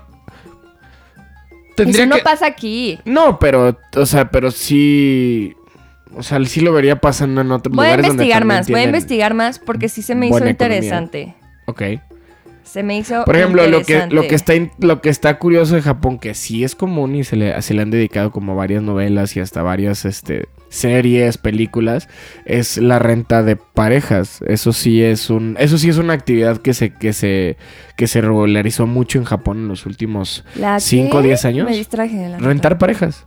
[SPEAKER 3] tendría
[SPEAKER 2] no
[SPEAKER 3] que
[SPEAKER 2] pasa aquí.
[SPEAKER 3] No, pero o sea, pero sí o sea, sí lo vería pasando en otros
[SPEAKER 2] Voy a
[SPEAKER 3] lugares donde
[SPEAKER 2] investigar
[SPEAKER 3] también
[SPEAKER 2] más, voy a
[SPEAKER 3] tienen-
[SPEAKER 2] investigar más porque sí se me hizo
[SPEAKER 3] buena economía.
[SPEAKER 2] interesante.
[SPEAKER 3] Ok.
[SPEAKER 2] Se me hizo
[SPEAKER 3] Por ejemplo, lo que, lo, que
[SPEAKER 2] Oh, interesante.
[SPEAKER 3] está in- lo que está curioso de Japón, que sí es común y se le, se le han dedicado como varias novelas y hasta varias este, series, películas, es la renta de parejas. Eso sí es un, eso sí es una actividad que se, que se, que se regularizó mucho en Japón en los últimos
[SPEAKER 2] ¿La qué?
[SPEAKER 3] 5 o 10 años.
[SPEAKER 2] Me distraje. la neta.
[SPEAKER 3] Rentar parejas.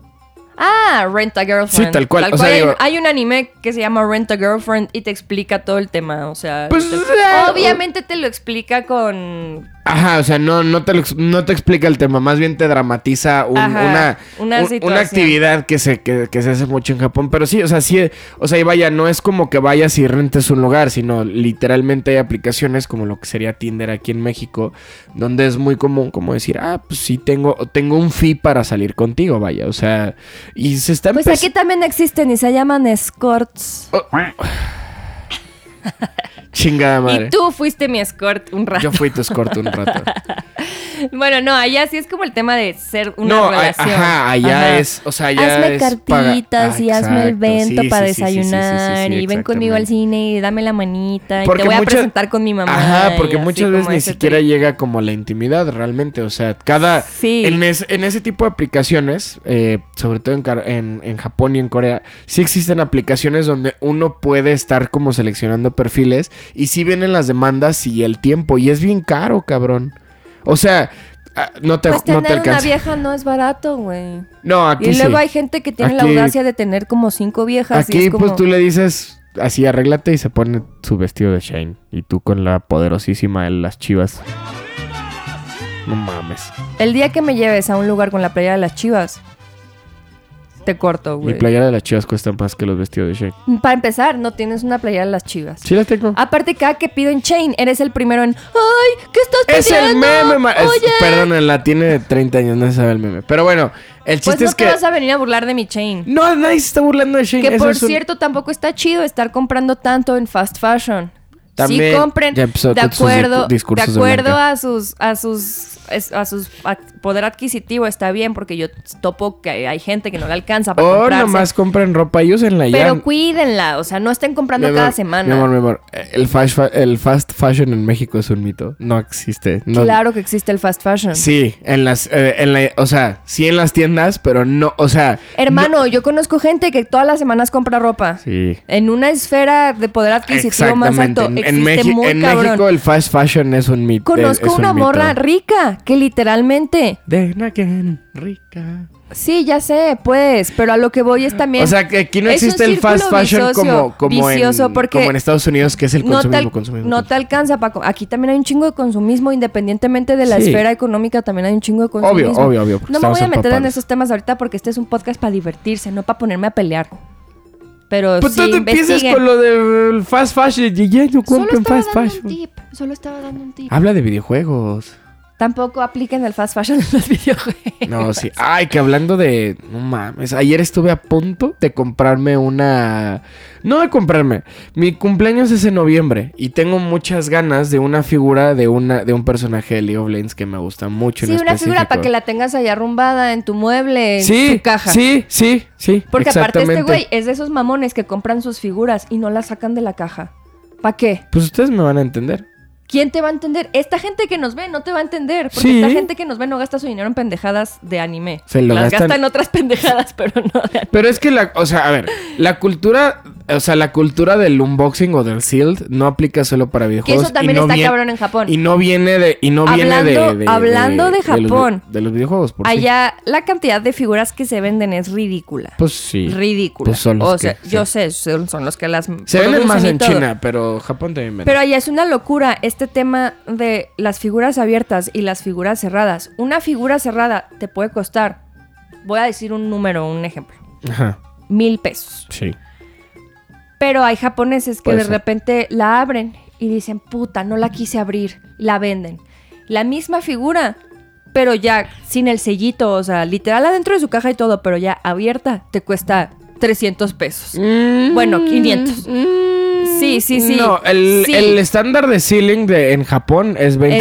[SPEAKER 2] Ah, Rent a Girlfriend.
[SPEAKER 3] Sí, tal cual, o sea,
[SPEAKER 2] hay,
[SPEAKER 3] digo-
[SPEAKER 2] hay un anime que se llama Rent a Girlfriend y te explica todo el tema. O sea,
[SPEAKER 3] Pues,
[SPEAKER 2] te-
[SPEAKER 3] eh,
[SPEAKER 2] obviamente te lo explica con.
[SPEAKER 3] Ajá, o sea, no, no, te, lo ex- no te explica el tema, más bien te dramatiza un-
[SPEAKER 2] Ajá,
[SPEAKER 3] una,
[SPEAKER 2] una
[SPEAKER 3] un-
[SPEAKER 2] situación.
[SPEAKER 3] actividad que se, que, que se hace mucho en Japón. Pero sí, o sea, sí, o sea, y vaya, no es como que vayas y rentes un lugar, sino literalmente hay aplicaciones como lo que sería Tinder aquí en México, donde es muy común como decir, ah, pues sí, tengo, tengo un fee para salir contigo, vaya, o sea, y se está
[SPEAKER 2] Pues
[SPEAKER 3] empezando...
[SPEAKER 2] aquí también existen y se llaman escorts.
[SPEAKER 3] Chingada madre.
[SPEAKER 2] Y tú fuiste mi escort un rato.
[SPEAKER 3] Yo fui tu escort un rato.
[SPEAKER 2] (laughs) Bueno, no, allá sí es como el tema de ser (laughs) una
[SPEAKER 3] no, a-
[SPEAKER 2] relación.
[SPEAKER 3] ajá, allá
[SPEAKER 2] Ajá.
[SPEAKER 3] es, o sea, allá
[SPEAKER 2] hazme
[SPEAKER 3] es
[SPEAKER 2] cartitas
[SPEAKER 3] paga-
[SPEAKER 2] y
[SPEAKER 3] Ah,
[SPEAKER 2] hazme el
[SPEAKER 3] exacto, sí,
[SPEAKER 2] vento
[SPEAKER 3] sí,
[SPEAKER 2] para
[SPEAKER 3] sí, sí, sí, sí, sí, sí,
[SPEAKER 2] desayunar y ven conmigo al
[SPEAKER 3] exactamente.
[SPEAKER 2] cine y dame la manita y
[SPEAKER 3] Porque
[SPEAKER 2] te voy a
[SPEAKER 3] muchas-
[SPEAKER 2] presentar con mi mamá.
[SPEAKER 3] Ajá,
[SPEAKER 2] y
[SPEAKER 3] porque
[SPEAKER 2] así
[SPEAKER 3] muchas
[SPEAKER 2] como
[SPEAKER 3] veces ni
[SPEAKER 2] ese
[SPEAKER 3] siquiera
[SPEAKER 2] trip.
[SPEAKER 3] llega como la intimidad realmente. O sea, cada.
[SPEAKER 2] Sí.
[SPEAKER 3] En, es- en ese tipo de aplicaciones, eh, sobre todo en, Car- en- en Japón y en Corea, sí existen aplicaciones donde uno puede estar como seleccionando perfiles y sí vienen las demandas y el tiempo. Y es bien caro, cabrón. O sea, ah, no te,
[SPEAKER 2] Pues
[SPEAKER 3] no
[SPEAKER 2] tener
[SPEAKER 3] te
[SPEAKER 2] una
[SPEAKER 3] alcanza.
[SPEAKER 2] vieja no es barato, güey.
[SPEAKER 3] No, aquí
[SPEAKER 2] Y luego
[SPEAKER 3] sí.
[SPEAKER 2] hay gente que tiene la
[SPEAKER 3] Aquí-
[SPEAKER 2] audacia de tener como cinco viejas y
[SPEAKER 3] Aquí,
[SPEAKER 2] es como...
[SPEAKER 3] pues tú le dices así, arréglate y se pone su vestido de Shane. Y tú con la poderosísima de las chivas. No mames.
[SPEAKER 2] El día que me lleves a un lugar con la playa de las chivas, te corto,
[SPEAKER 3] Mi
[SPEAKER 2] güey.
[SPEAKER 3] playera de las chivas cuesta más que los vestidos de Shane.
[SPEAKER 2] Para empezar, no tienes una playa de las chivas.
[SPEAKER 3] Sí las tengo.
[SPEAKER 2] Aparte, cada que pido en Chain, eres el primero en. ¡Ay! ¿Qué estás pidiendo?
[SPEAKER 3] es el meme, ma- es-
[SPEAKER 2] Oye,
[SPEAKER 3] Perdónenla, tiene 30 años, no se sabe el meme. Pero bueno,
[SPEAKER 2] Pues
[SPEAKER 3] el chiste
[SPEAKER 2] no
[SPEAKER 3] es
[SPEAKER 2] te
[SPEAKER 3] que.
[SPEAKER 2] vas a venir a burlar de mi Chain.
[SPEAKER 3] No, nadie se está burlando de Shane.
[SPEAKER 2] Que
[SPEAKER 3] eso
[SPEAKER 2] por
[SPEAKER 3] es un-
[SPEAKER 2] cierto, tampoco está chido estar comprando tanto en fast fashion.
[SPEAKER 3] También
[SPEAKER 2] sí compren
[SPEAKER 3] ya empezó
[SPEAKER 2] de
[SPEAKER 3] con sus
[SPEAKER 2] acuerdo,
[SPEAKER 3] discu- discursos
[SPEAKER 2] de
[SPEAKER 3] de
[SPEAKER 2] acuerdo
[SPEAKER 3] Blanca.
[SPEAKER 2] a sus a sus es- a sus ac- poder adquisitivo está bien porque yo topo que hay gente que no le alcanza para
[SPEAKER 3] O
[SPEAKER 2] comprarse,
[SPEAKER 3] Oh, nomás compren ropa y úsenla ya.
[SPEAKER 2] pero cuídenla, o sea, no estén comprando
[SPEAKER 3] Mi
[SPEAKER 2] cada
[SPEAKER 3] amor, Mi
[SPEAKER 2] semana.
[SPEAKER 3] amor, mi amor. El, fast fa- el fast fashion en México es un mito. No existe. No,
[SPEAKER 2] Claro que existe el fast fashion.
[SPEAKER 3] Sí, en las, eh, en la- o sea, sí en las tiendas, pero no, o sea.
[SPEAKER 2] Hermano, yo conozco gente que todas las semanas compra ropa.
[SPEAKER 3] Sí.
[SPEAKER 2] En una esfera de poder adquisitivo más alto.
[SPEAKER 3] Exactamente. En,
[SPEAKER 2] Existe
[SPEAKER 3] en Mexi-
[SPEAKER 2] muy
[SPEAKER 3] en
[SPEAKER 2] cabrón.
[SPEAKER 3] México el fast fashion es un mito.
[SPEAKER 2] Conozco una morra rica que literalmente.
[SPEAKER 3] De Naken, rica.
[SPEAKER 2] Sí, ya sé, pues. Pero a lo que voy es también.
[SPEAKER 3] O sea, que aquí no
[SPEAKER 2] Es un
[SPEAKER 3] existe el fast
[SPEAKER 2] círculo
[SPEAKER 3] fashion
[SPEAKER 2] vicioso,
[SPEAKER 3] como, como,
[SPEAKER 2] vicioso,
[SPEAKER 3] en,
[SPEAKER 2] porque
[SPEAKER 3] como en Estados Unidos, que es el
[SPEAKER 2] no te,
[SPEAKER 3] consumismo,
[SPEAKER 2] al-
[SPEAKER 3] consumismo,
[SPEAKER 2] no te
[SPEAKER 3] consumismo.
[SPEAKER 2] alcanza para... Aquí también hay un chingo de consumismo, independientemente de la
[SPEAKER 3] Sí.
[SPEAKER 2] esfera económica, también hay un chingo de
[SPEAKER 3] Obvio,
[SPEAKER 2] consumismo.
[SPEAKER 3] obvio, obvio, porque
[SPEAKER 2] No me
[SPEAKER 3] estamos
[SPEAKER 2] voy a meter en
[SPEAKER 3] empapados.
[SPEAKER 2] esos temas ahorita porque este es un podcast para divertirse, no para ponerme a pelear. Pero
[SPEAKER 3] Pues
[SPEAKER 2] sí,
[SPEAKER 3] tú te empiezas
[SPEAKER 2] investiguen.
[SPEAKER 3] con lo del fast fashion. Y ya no
[SPEAKER 5] Solo
[SPEAKER 3] compren
[SPEAKER 5] estaba
[SPEAKER 3] fast
[SPEAKER 5] dando un
[SPEAKER 3] fashion.
[SPEAKER 5] tip. Solo estaba dando un tip.
[SPEAKER 3] Habla de videojuegos.
[SPEAKER 2] Tampoco apliquen el fast fashion en los (laughs) videojuegos.
[SPEAKER 3] No, sí. Ay, que hablando de. No mames. Ayer estuve a punto de comprarme una. No de comprarme. Mi cumpleaños es en noviembre. Y tengo muchas ganas de una figura de una de un personaje de League of Legends que me gusta mucho.
[SPEAKER 2] Sí, una figura para que la tengas ahí arrumbada en tu mueble, en
[SPEAKER 3] sí,
[SPEAKER 2] tu caja.
[SPEAKER 3] Sí, sí, sí.
[SPEAKER 2] Porque aparte este
[SPEAKER 3] exactamente.
[SPEAKER 2] güey es de esos mamones que compran sus figuras y no las sacan de la caja. ¿Para qué?
[SPEAKER 3] Pues ustedes me van a entender.
[SPEAKER 2] ¿Quién te va a entender? Esta gente que nos ve no te va a entender. Porque
[SPEAKER 3] Sí.
[SPEAKER 2] esta gente que nos ve no gasta su dinero en pendejadas de anime.
[SPEAKER 3] Se lo
[SPEAKER 2] las
[SPEAKER 3] gastan-
[SPEAKER 2] gasta en otras (laughs) pendejadas, pero no de anime.
[SPEAKER 3] Pero es que la, o sea, a ver, la cultura, o sea, la cultura del unboxing o del sealed no aplica solo para
[SPEAKER 2] Que
[SPEAKER 3] videojuegos.
[SPEAKER 2] eso también
[SPEAKER 3] y no
[SPEAKER 2] está
[SPEAKER 3] vie-
[SPEAKER 2] cabrón en Japón.
[SPEAKER 3] Y no viene de. Y no viene de-
[SPEAKER 2] Hablando-
[SPEAKER 3] de.
[SPEAKER 2] hablando de
[SPEAKER 3] los vi-
[SPEAKER 2] Japón.
[SPEAKER 3] De los, videojuegos, por sí.
[SPEAKER 2] Allá la cantidad de figuras que se venden es ridícula.
[SPEAKER 3] Pues sí.
[SPEAKER 2] ridícula.
[SPEAKER 3] pues son los
[SPEAKER 2] o sea,
[SPEAKER 3] que-
[SPEAKER 2] yo
[SPEAKER 3] sí.
[SPEAKER 2] sé, son, son los que las
[SPEAKER 3] Se venden
[SPEAKER 2] producen
[SPEAKER 3] más
[SPEAKER 2] y
[SPEAKER 3] en
[SPEAKER 2] todo.
[SPEAKER 3] China, pero Japón también vende.
[SPEAKER 2] Pero allá es una locura este tema de las figuras abiertas y las figuras cerradas. Una figura cerrada te puede costar voy a decir un número, un ejemplo,
[SPEAKER 3] Ajá,
[SPEAKER 2] mil pesos.
[SPEAKER 3] sí.
[SPEAKER 2] Pero hay japoneses que
[SPEAKER 3] Puede
[SPEAKER 2] de
[SPEAKER 3] ser.
[SPEAKER 2] repente la abren y dicen, puta, no la quise abrir, la venden. La misma figura, pero ya sin el sellito, o sea, literal adentro de su caja y todo, pero ya abierta, te cuesta 300 pesos. Mm. Bueno, 500. Sí, sí, sí.
[SPEAKER 3] Mm, No, el,
[SPEAKER 2] Sí.
[SPEAKER 3] el estándar de ceiling de, en Japón es 20%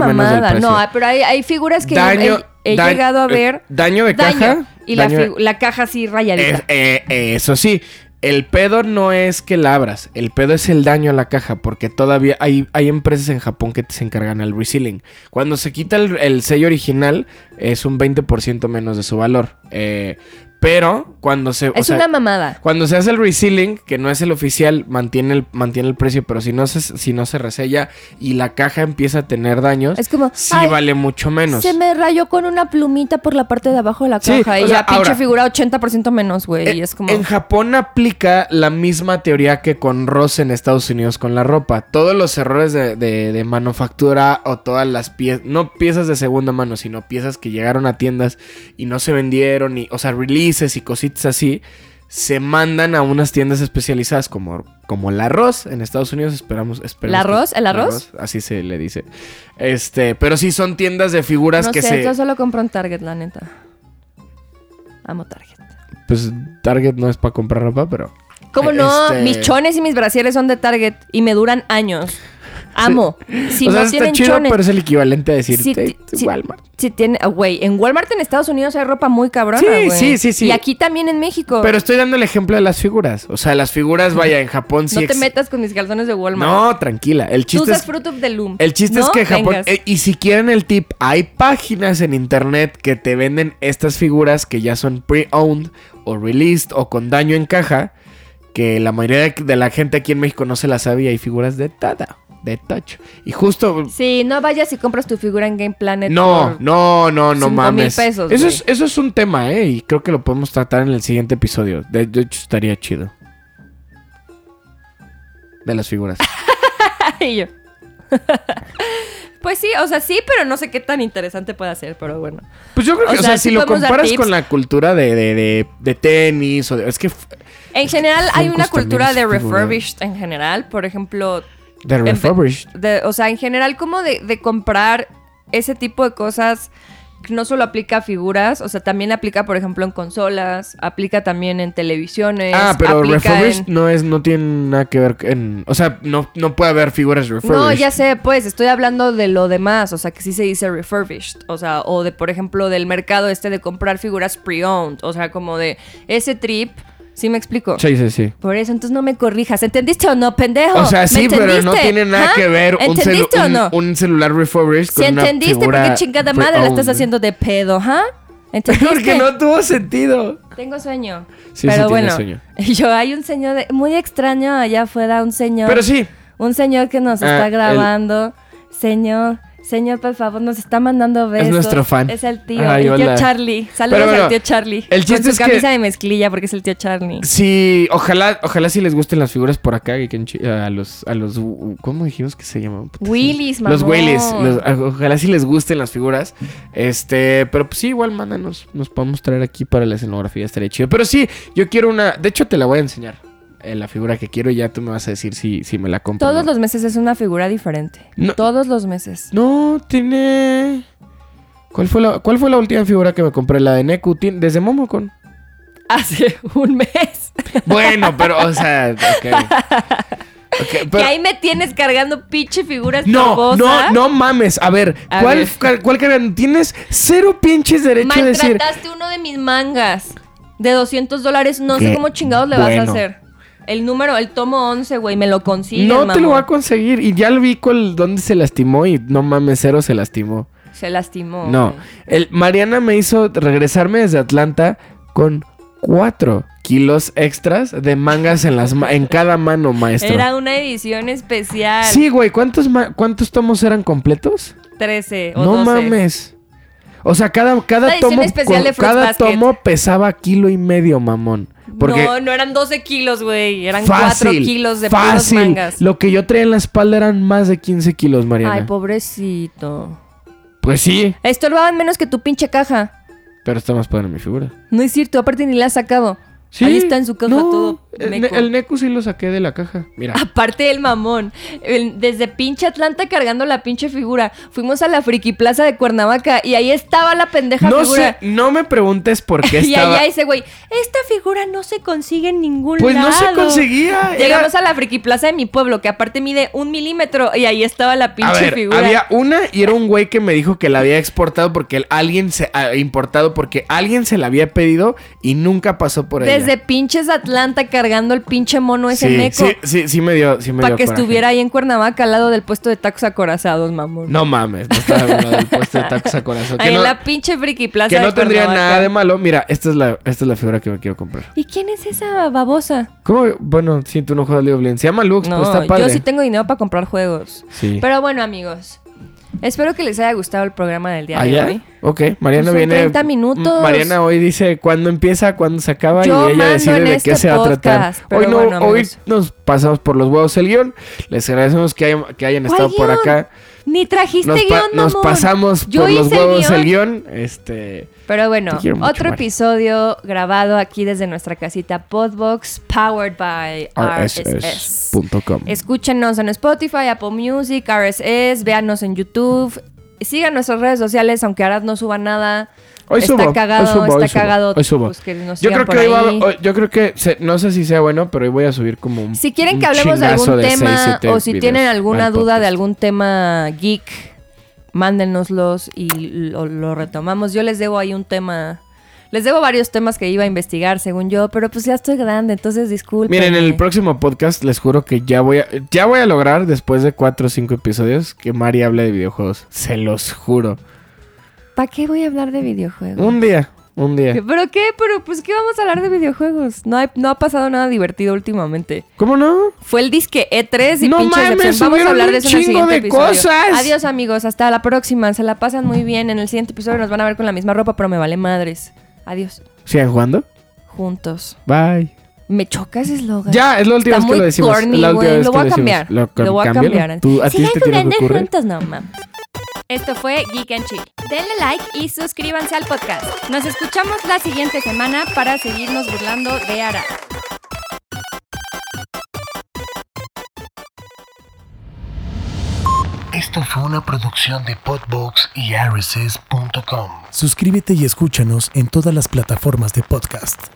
[SPEAKER 2] es una
[SPEAKER 3] menos del
[SPEAKER 2] mamada.
[SPEAKER 3] precio.
[SPEAKER 2] No, pero hay, hay figuras que
[SPEAKER 3] Daño-
[SPEAKER 2] he, he
[SPEAKER 3] da-
[SPEAKER 2] llegado a
[SPEAKER 3] eh,
[SPEAKER 2] ver.
[SPEAKER 3] daño de caja,
[SPEAKER 2] Y la,
[SPEAKER 3] daño de-
[SPEAKER 2] figu- la caja así rayadita.
[SPEAKER 3] Es- eh, eh, eso sí, el pedo no es que la abras, el pedo es el daño a la caja, porque todavía hay, hay empresas en Japón que se encargan al resealing. Cuando se quita el, el sello original, es un 20% menos de su valor. Eh, pero cuando se... o
[SPEAKER 2] Es
[SPEAKER 3] sea,
[SPEAKER 2] una mamada.
[SPEAKER 3] cuando se hace el resealing, que no es el oficial, mantiene el, mantiene el precio, pero si no, se, si no se resella y la caja empieza a tener daños,
[SPEAKER 2] Es como,
[SPEAKER 3] sí
[SPEAKER 2] "Ay,
[SPEAKER 3] vale mucho menos.
[SPEAKER 2] Se me rayó con una plumita por la parte de abajo de la
[SPEAKER 3] Sí,
[SPEAKER 2] caja.
[SPEAKER 3] o
[SPEAKER 2] y
[SPEAKER 3] sea,
[SPEAKER 2] la pinche
[SPEAKER 3] ahora-
[SPEAKER 2] figura 80% menos, güey.
[SPEAKER 3] Eh,
[SPEAKER 2] y es como.
[SPEAKER 3] En Japón aplica la misma teoría que con Ross en Estados Unidos con la ropa. Todos los errores de, de- de manufactura o todas las piezas, no piezas de segunda mano, sino piezas que llegaron a tiendas y no se vendieron, y, o sea, releases y cositas así, se mandan a unas tiendas especializadas como, como la Ross. En Estados Unidos esperamos... esperamos
[SPEAKER 2] ¿La
[SPEAKER 3] que-
[SPEAKER 2] Ross? ¿El
[SPEAKER 3] la
[SPEAKER 2] arroz?
[SPEAKER 3] Ross, así se le dice. Este, pero sí son tiendas de figuras
[SPEAKER 2] no
[SPEAKER 3] que
[SPEAKER 2] sé,
[SPEAKER 3] se...
[SPEAKER 2] yo solo compro en Target, la neta. Amo Target.
[SPEAKER 3] Pues Target no es para comprar ropa, pero...
[SPEAKER 2] ¿Cómo
[SPEAKER 3] Eh,
[SPEAKER 2] no?
[SPEAKER 3] este-
[SPEAKER 2] Mis chones y mis brasieres son de Target y me duran
[SPEAKER 3] (laughs)
[SPEAKER 2] años. Amo. Si
[SPEAKER 3] o sea,
[SPEAKER 2] no
[SPEAKER 3] está
[SPEAKER 2] tienen
[SPEAKER 3] chido,
[SPEAKER 2] chones.
[SPEAKER 3] pero es el equivalente a decir
[SPEAKER 2] Si
[SPEAKER 3] "Te-
[SPEAKER 2] ti-
[SPEAKER 3] te-
[SPEAKER 2] si-
[SPEAKER 3] Walmart.
[SPEAKER 2] si tiene, ah, güey, en Walmart en Estados Unidos hay ropa muy cabrona,
[SPEAKER 3] Sí,
[SPEAKER 2] güey.
[SPEAKER 3] sí, sí, sí.
[SPEAKER 2] Y aquí también en México.
[SPEAKER 3] Pero estoy dando el ejemplo de las figuras. O sea, las figuras, vaya, en Japón sí
[SPEAKER 2] no te
[SPEAKER 3] ex-
[SPEAKER 2] metas con mis calzones de Walmart.
[SPEAKER 3] No, tranquila. El
[SPEAKER 2] Tú
[SPEAKER 3] chiste
[SPEAKER 2] usas
[SPEAKER 3] es.
[SPEAKER 2] Fruit of the Loom.
[SPEAKER 3] El chiste es
[SPEAKER 2] No
[SPEAKER 3] que Japón.
[SPEAKER 2] vengas.
[SPEAKER 3] eh, y si quieren el tip, hay páginas en internet que te venden estas figuras que ya son pre-owned o released o con daño en caja. Que la mayoría de- de la gente aquí en México no se las sabía. Hay figuras de Tada, de Touch. Y justo
[SPEAKER 2] Sí, no vayas y compras tu figura en Game Planet.
[SPEAKER 3] No,
[SPEAKER 2] por- (laughs)
[SPEAKER 3] no, no, no
[SPEAKER 2] cinco mil
[SPEAKER 3] mames.
[SPEAKER 2] pesos,
[SPEAKER 3] eso,
[SPEAKER 2] güey.
[SPEAKER 3] es, eso es un tema, ¿eh? Y creo que lo podemos tratar en el siguiente episodio. De, de hecho, estaría chido. De las
[SPEAKER 2] (laughs)
[SPEAKER 3] figuras.
[SPEAKER 2] Y yo. (laughs) pues sí, o sea, sí, pero no sé qué tan interesante puede ser, pero bueno.
[SPEAKER 3] Pues yo creo
[SPEAKER 2] O
[SPEAKER 3] que, o sea,
[SPEAKER 2] sea, sí
[SPEAKER 3] si lo
[SPEAKER 2] podemos dar
[SPEAKER 3] comparas
[SPEAKER 2] tips.
[SPEAKER 3] con la cultura de, de, de- de tenis o de- Es que... f-
[SPEAKER 2] En general hay una
[SPEAKER 3] Funkos
[SPEAKER 2] cultura de
[SPEAKER 3] también es figura.
[SPEAKER 2] refurbished en general, por ejemplo,
[SPEAKER 3] De
[SPEAKER 2] En fe-
[SPEAKER 3] refurbished.
[SPEAKER 2] de- o sea, en general como de, de comprar ese tipo de cosas que no solo aplica a figuras, o sea, también aplica, por ejemplo, en consolas, aplica también en televisiones.
[SPEAKER 3] ah, pero
[SPEAKER 2] aplica
[SPEAKER 3] refurbished
[SPEAKER 2] en-
[SPEAKER 3] no es no tiene nada que ver en... O sea, no, no puede haber figuras refurbished.
[SPEAKER 2] No, ya sé, pues estoy hablando de lo demás, o sea, que sí se dice refurbished, o sea, o de, por ejemplo, del mercado este de comprar figuras pre-owned, o sea, como de ese trip, ¿sí me explico?
[SPEAKER 3] Sí, sí, sí.
[SPEAKER 2] Por eso, entonces no me corrijas, ¿entendiste o no, pendejo?
[SPEAKER 3] O sea,
[SPEAKER 2] ¿Me
[SPEAKER 3] sí, pero no
[SPEAKER 2] entendiste?
[SPEAKER 3] tiene nada
[SPEAKER 2] ¿Ah?
[SPEAKER 3] que ver un, celu-
[SPEAKER 2] ¿Entendiste o
[SPEAKER 3] un-
[SPEAKER 2] no?
[SPEAKER 3] un celular refurbished
[SPEAKER 2] si
[SPEAKER 3] con una
[SPEAKER 2] entendiste, ¿por qué
[SPEAKER 3] figura
[SPEAKER 2] chingada madre la estás
[SPEAKER 3] pre-owned?
[SPEAKER 2] haciendo de pedo, ¿ah? (laughs) ¿Entendiste?
[SPEAKER 3] (laughs) Porque no tuvo sentido.
[SPEAKER 2] Tengo sueño.
[SPEAKER 3] Sí, sí
[SPEAKER 2] pero
[SPEAKER 3] tiene
[SPEAKER 2] bueno,
[SPEAKER 3] sueño.
[SPEAKER 2] (laughs) yo hay un señor de- muy extraño allá afuera, un señor.
[SPEAKER 3] Pero sí.
[SPEAKER 2] Un señor que nos
[SPEAKER 3] Ah,
[SPEAKER 2] está
[SPEAKER 3] el-
[SPEAKER 2] grabando. Señor, señor, por favor, nos está mandando besos.
[SPEAKER 3] Es nuestro fan.
[SPEAKER 2] Es el tío,
[SPEAKER 3] Ay,
[SPEAKER 2] el tío
[SPEAKER 3] hola.
[SPEAKER 2] Charlie. Saludos
[SPEAKER 3] Pero bueno,
[SPEAKER 2] al tío Charlie.
[SPEAKER 3] el chiste
[SPEAKER 2] Con su
[SPEAKER 3] es que-
[SPEAKER 2] camisa de mezclilla porque es el tío Charlie.
[SPEAKER 3] Sí, ojalá, ojalá si les gusten las figuras por acá, que en chi- a los, a los, ¿cómo dijimos que se llaman? Puta, sí.
[SPEAKER 2] Willys,
[SPEAKER 3] Los
[SPEAKER 2] mamón.
[SPEAKER 3] Willys, los- ojalá si les gusten las figuras, este, pero pues sí, igual mándanos, nos podemos traer aquí para la escenografía, estaría chido, pero sí, yo quiero una, de hecho te la voy a enseñar, eh, la figura que quiero y ya tú me vas a decir si, si me la compro. o
[SPEAKER 2] Todos
[SPEAKER 3] no.
[SPEAKER 2] los meses es una figura diferente.
[SPEAKER 3] No.
[SPEAKER 2] Todos los meses. (laughs)
[SPEAKER 3] No, tiene, ¿cuál fue la, cuál fue la última figura que me compré? La de Neku, tiene- desde Momocon.
[SPEAKER 2] Hace un mes.
[SPEAKER 3] Bueno, pero, o sea, ok. Ok,
[SPEAKER 2] que
[SPEAKER 3] pero-
[SPEAKER 2] ahí me tienes cargando pinche figuras
[SPEAKER 3] no,
[SPEAKER 2] babosas.
[SPEAKER 3] no, no mames. A ver,
[SPEAKER 2] A
[SPEAKER 3] ¿cuál,
[SPEAKER 2] ver.
[SPEAKER 3] ca- cuál cara- Tienes cero pinches derecho a decir.
[SPEAKER 2] Maltrataste uno de mis mangas de 200 dólares. No sé
[SPEAKER 3] Qué
[SPEAKER 2] cómo chingados le vas
[SPEAKER 3] bueno.
[SPEAKER 2] a hacer. El número, el tomo 11, güey, me lo consigues,
[SPEAKER 3] No te
[SPEAKER 2] mamón.
[SPEAKER 3] lo va a conseguir. Y ya lo vi con dónde se lastimó y no mames, cero se lastimó.
[SPEAKER 2] Se lastimó.
[SPEAKER 3] No.
[SPEAKER 2] güey.
[SPEAKER 3] El, Mariana me hizo regresarme desde Atlanta con cuatro kilos extras de mangas en, las ma- en cada mano, maestro.
[SPEAKER 2] Era una edición especial.
[SPEAKER 3] Sí, güey. ¿Cuántos, ma- ¿Cuántos tomos eran completos?
[SPEAKER 2] 13 o 12.
[SPEAKER 3] No mames. O sea, cada,
[SPEAKER 2] La
[SPEAKER 3] cada
[SPEAKER 2] edición
[SPEAKER 3] tomo
[SPEAKER 2] especial de
[SPEAKER 3] con-
[SPEAKER 2] Fruits
[SPEAKER 3] cada
[SPEAKER 2] Basket.
[SPEAKER 3] tomo pesaba kilo y medio, mamón. Porque
[SPEAKER 2] No, no eran 12 kilos, güey. Eran 4
[SPEAKER 3] fácil,
[SPEAKER 2] kilos de puros
[SPEAKER 3] fácil.
[SPEAKER 2] mangas.
[SPEAKER 3] Lo que yo traía en la espalda eran más de 15 kilos, Mariana.
[SPEAKER 2] Ay, pobrecito.
[SPEAKER 3] pues sí.
[SPEAKER 2] Estorbaban menos que tu pinche caja.
[SPEAKER 3] Pero está más padre mi figura.
[SPEAKER 2] No es cierto, aparte ni la ha sacado. Ahí está en su caja
[SPEAKER 3] no,
[SPEAKER 2] todo.
[SPEAKER 3] El,
[SPEAKER 2] meco. Ah,
[SPEAKER 3] el Necu sí lo saqué de la caja. Mira.
[SPEAKER 2] (laughs) Aparte el mamón, el- desde pinche Atlanta cargando la pinche figura, fuimos a la friki plaza de Cuernavaca y ahí estaba la pendeja
[SPEAKER 3] no
[SPEAKER 2] figura.
[SPEAKER 3] sé, no me preguntes por qué
[SPEAKER 2] (laughs) Y
[SPEAKER 3] estaba.
[SPEAKER 2] allá dice, güey, esta figura no se consigue en ningún
[SPEAKER 3] Pues
[SPEAKER 2] lado.
[SPEAKER 3] no se conseguía. era-
[SPEAKER 2] Llegamos a la friki plaza de mi pueblo, que aparte mide un milímetro, y ahí estaba la pinche
[SPEAKER 3] a ver,
[SPEAKER 2] figura.
[SPEAKER 3] había una y era un güey que me dijo que la había exportado porque el- alguien se ah, importado porque alguien se la había pedido y nunca pasó por ella.
[SPEAKER 2] Desde pinches Atlanta cargando el pinche mono ese
[SPEAKER 3] sí,
[SPEAKER 2] meco.
[SPEAKER 3] sí, sí, sí me dio, sí me
[SPEAKER 2] Para
[SPEAKER 3] dio
[SPEAKER 2] que
[SPEAKER 3] coraje.
[SPEAKER 2] estuviera ahí en Cuernavaca al lado del puesto de tacos acorazados, mamón.
[SPEAKER 3] No mames, no estaba hablando del puesto de tacos a corazón.
[SPEAKER 2] Ahí
[SPEAKER 3] Que
[SPEAKER 2] en
[SPEAKER 3] no,
[SPEAKER 2] la pinche friki plaza
[SPEAKER 3] que
[SPEAKER 2] de
[SPEAKER 3] no tendría
[SPEAKER 2] Cuernavaca.
[SPEAKER 3] nada de malo. Mira, esta es la, esta es la figura que me quiero comprar.
[SPEAKER 2] ¿Y quién es esa babosa?
[SPEAKER 3] ¿Cómo? Bueno, siento un ojo de Leoblin. Se llama Lux,
[SPEAKER 2] No,
[SPEAKER 3] pero Pues está padre.
[SPEAKER 2] yo sí tengo dinero para comprar juegos.
[SPEAKER 3] Sí.
[SPEAKER 2] Pero bueno, amigos. Espero que les haya gustado el programa del día de
[SPEAKER 3] ¿Allá?
[SPEAKER 2] hoy.
[SPEAKER 3] ¿Ah, Ok, Mariana
[SPEAKER 2] Pues son
[SPEAKER 3] viene.
[SPEAKER 2] 30 minutos.
[SPEAKER 3] Mariana hoy dice cuándo empieza, cuándo se acaba
[SPEAKER 2] Yo
[SPEAKER 3] y ella
[SPEAKER 2] mando
[SPEAKER 3] decide
[SPEAKER 2] en
[SPEAKER 3] de
[SPEAKER 2] este
[SPEAKER 3] qué se va a tratar.
[SPEAKER 2] podcast, pero
[SPEAKER 3] Hoy, no,
[SPEAKER 2] bueno,
[SPEAKER 3] hoy
[SPEAKER 2] amigos.
[SPEAKER 3] nos pasamos por los huevos el guión. Les agradecemos que, hayan- que hayan
[SPEAKER 2] ¿Cuál
[SPEAKER 3] estado por
[SPEAKER 2] guión?
[SPEAKER 3] acá.
[SPEAKER 2] Ni trajiste
[SPEAKER 3] Nos, pa-
[SPEAKER 2] guión,
[SPEAKER 3] nos
[SPEAKER 2] mamón.
[SPEAKER 3] pasamos
[SPEAKER 2] Yo
[SPEAKER 3] por los
[SPEAKER 2] hice el
[SPEAKER 3] huevos el
[SPEAKER 2] guión.
[SPEAKER 3] guión. Este.
[SPEAKER 2] Pero bueno,
[SPEAKER 3] Te quiero mucho,
[SPEAKER 2] otro
[SPEAKER 3] Mari.
[SPEAKER 2] episodio grabado aquí desde nuestra casita Podbox, powered by RSS.
[SPEAKER 3] rss.com.
[SPEAKER 2] Escúchenos en Spotify, Apple Music, RSS, véanos en YouTube. Sigan nuestras redes sociales, aunque Arad no suba nada.
[SPEAKER 3] Hoy
[SPEAKER 2] está
[SPEAKER 3] subo,
[SPEAKER 2] cagado,
[SPEAKER 3] hoy subo,
[SPEAKER 2] está
[SPEAKER 3] hoy subo,
[SPEAKER 2] cagado.
[SPEAKER 3] hoy subo.
[SPEAKER 2] pues que nos
[SPEAKER 3] Yo
[SPEAKER 2] sigan
[SPEAKER 3] creo
[SPEAKER 2] por
[SPEAKER 3] que hoy va-
[SPEAKER 2] ahí.
[SPEAKER 3] hoy- yo creo que se- no sé si sea bueno, pero hoy voy a subir como un
[SPEAKER 2] Si quieren
[SPEAKER 3] un
[SPEAKER 2] que hablemos de
[SPEAKER 3] chingazo
[SPEAKER 2] algún
[SPEAKER 3] de seis,
[SPEAKER 2] tema
[SPEAKER 3] siete
[SPEAKER 2] o si
[SPEAKER 3] videos
[SPEAKER 2] tienen alguna
[SPEAKER 3] al
[SPEAKER 2] duda de
[SPEAKER 3] podcast.
[SPEAKER 2] algún tema geek, mándenoslos y lo, lo retomamos. Yo les debo ahí un tema. Les debo varios temas que iba a investigar, según yo, pero pues ya estoy grande, entonces disculpen.
[SPEAKER 3] Miren, en el próximo podcast les juro que ya voy a, ya voy a lograr, después de cuatro o cinco episodios, que Mari hable de videojuegos. Se los juro.
[SPEAKER 2] ¿Para qué voy a hablar de videojuegos?
[SPEAKER 3] Un día, un día.
[SPEAKER 2] ¿Pero qué? ¿Pero pues qué vamos a hablar de videojuegos? No, hay- no ha pasado nada divertido últimamente.
[SPEAKER 3] ¿Cómo no?
[SPEAKER 2] Fue el disque E3 y
[SPEAKER 3] No
[SPEAKER 2] pinche
[SPEAKER 3] mames,
[SPEAKER 2] decepción. Vamos
[SPEAKER 3] subieron
[SPEAKER 2] a hablar
[SPEAKER 3] un
[SPEAKER 2] de eso en el
[SPEAKER 3] chingo
[SPEAKER 2] siguiente
[SPEAKER 3] de
[SPEAKER 2] episodio.
[SPEAKER 3] cosas.
[SPEAKER 2] Adiós, amigos. Hasta la próxima. Se la pasan muy bien. En el siguiente episodio nos van a ver con la misma ropa, pero me vale madres. Adiós.
[SPEAKER 3] ¿Sigan jugando?
[SPEAKER 2] Juntos.
[SPEAKER 3] Bye.
[SPEAKER 2] Me choca ese eslogan.
[SPEAKER 3] Ya, es la última
[SPEAKER 2] Está
[SPEAKER 3] vez que
[SPEAKER 2] muy
[SPEAKER 3] lo decimos. es
[SPEAKER 2] corny,
[SPEAKER 3] la última
[SPEAKER 2] güey.
[SPEAKER 3] vez
[SPEAKER 2] Lo
[SPEAKER 3] que
[SPEAKER 2] voy a
[SPEAKER 3] decimos.
[SPEAKER 2] cambiar.
[SPEAKER 3] Lo,
[SPEAKER 2] Lo voy a
[SPEAKER 3] cámbialo.
[SPEAKER 2] cambiar.
[SPEAKER 3] Tú, a ti
[SPEAKER 2] Sigan
[SPEAKER 3] te tiene que
[SPEAKER 2] jugando
[SPEAKER 3] ocurrir.
[SPEAKER 2] juntos, no mames. Esto fue Geek and Chill. Denle like y suscríbanse al podcast. Nos escuchamos la siguiente semana para seguirnos burlando de Ara.
[SPEAKER 1] Esto fue una producción de Podbox y RSS.com. Suscríbete y escúchanos en todas las plataformas de podcast.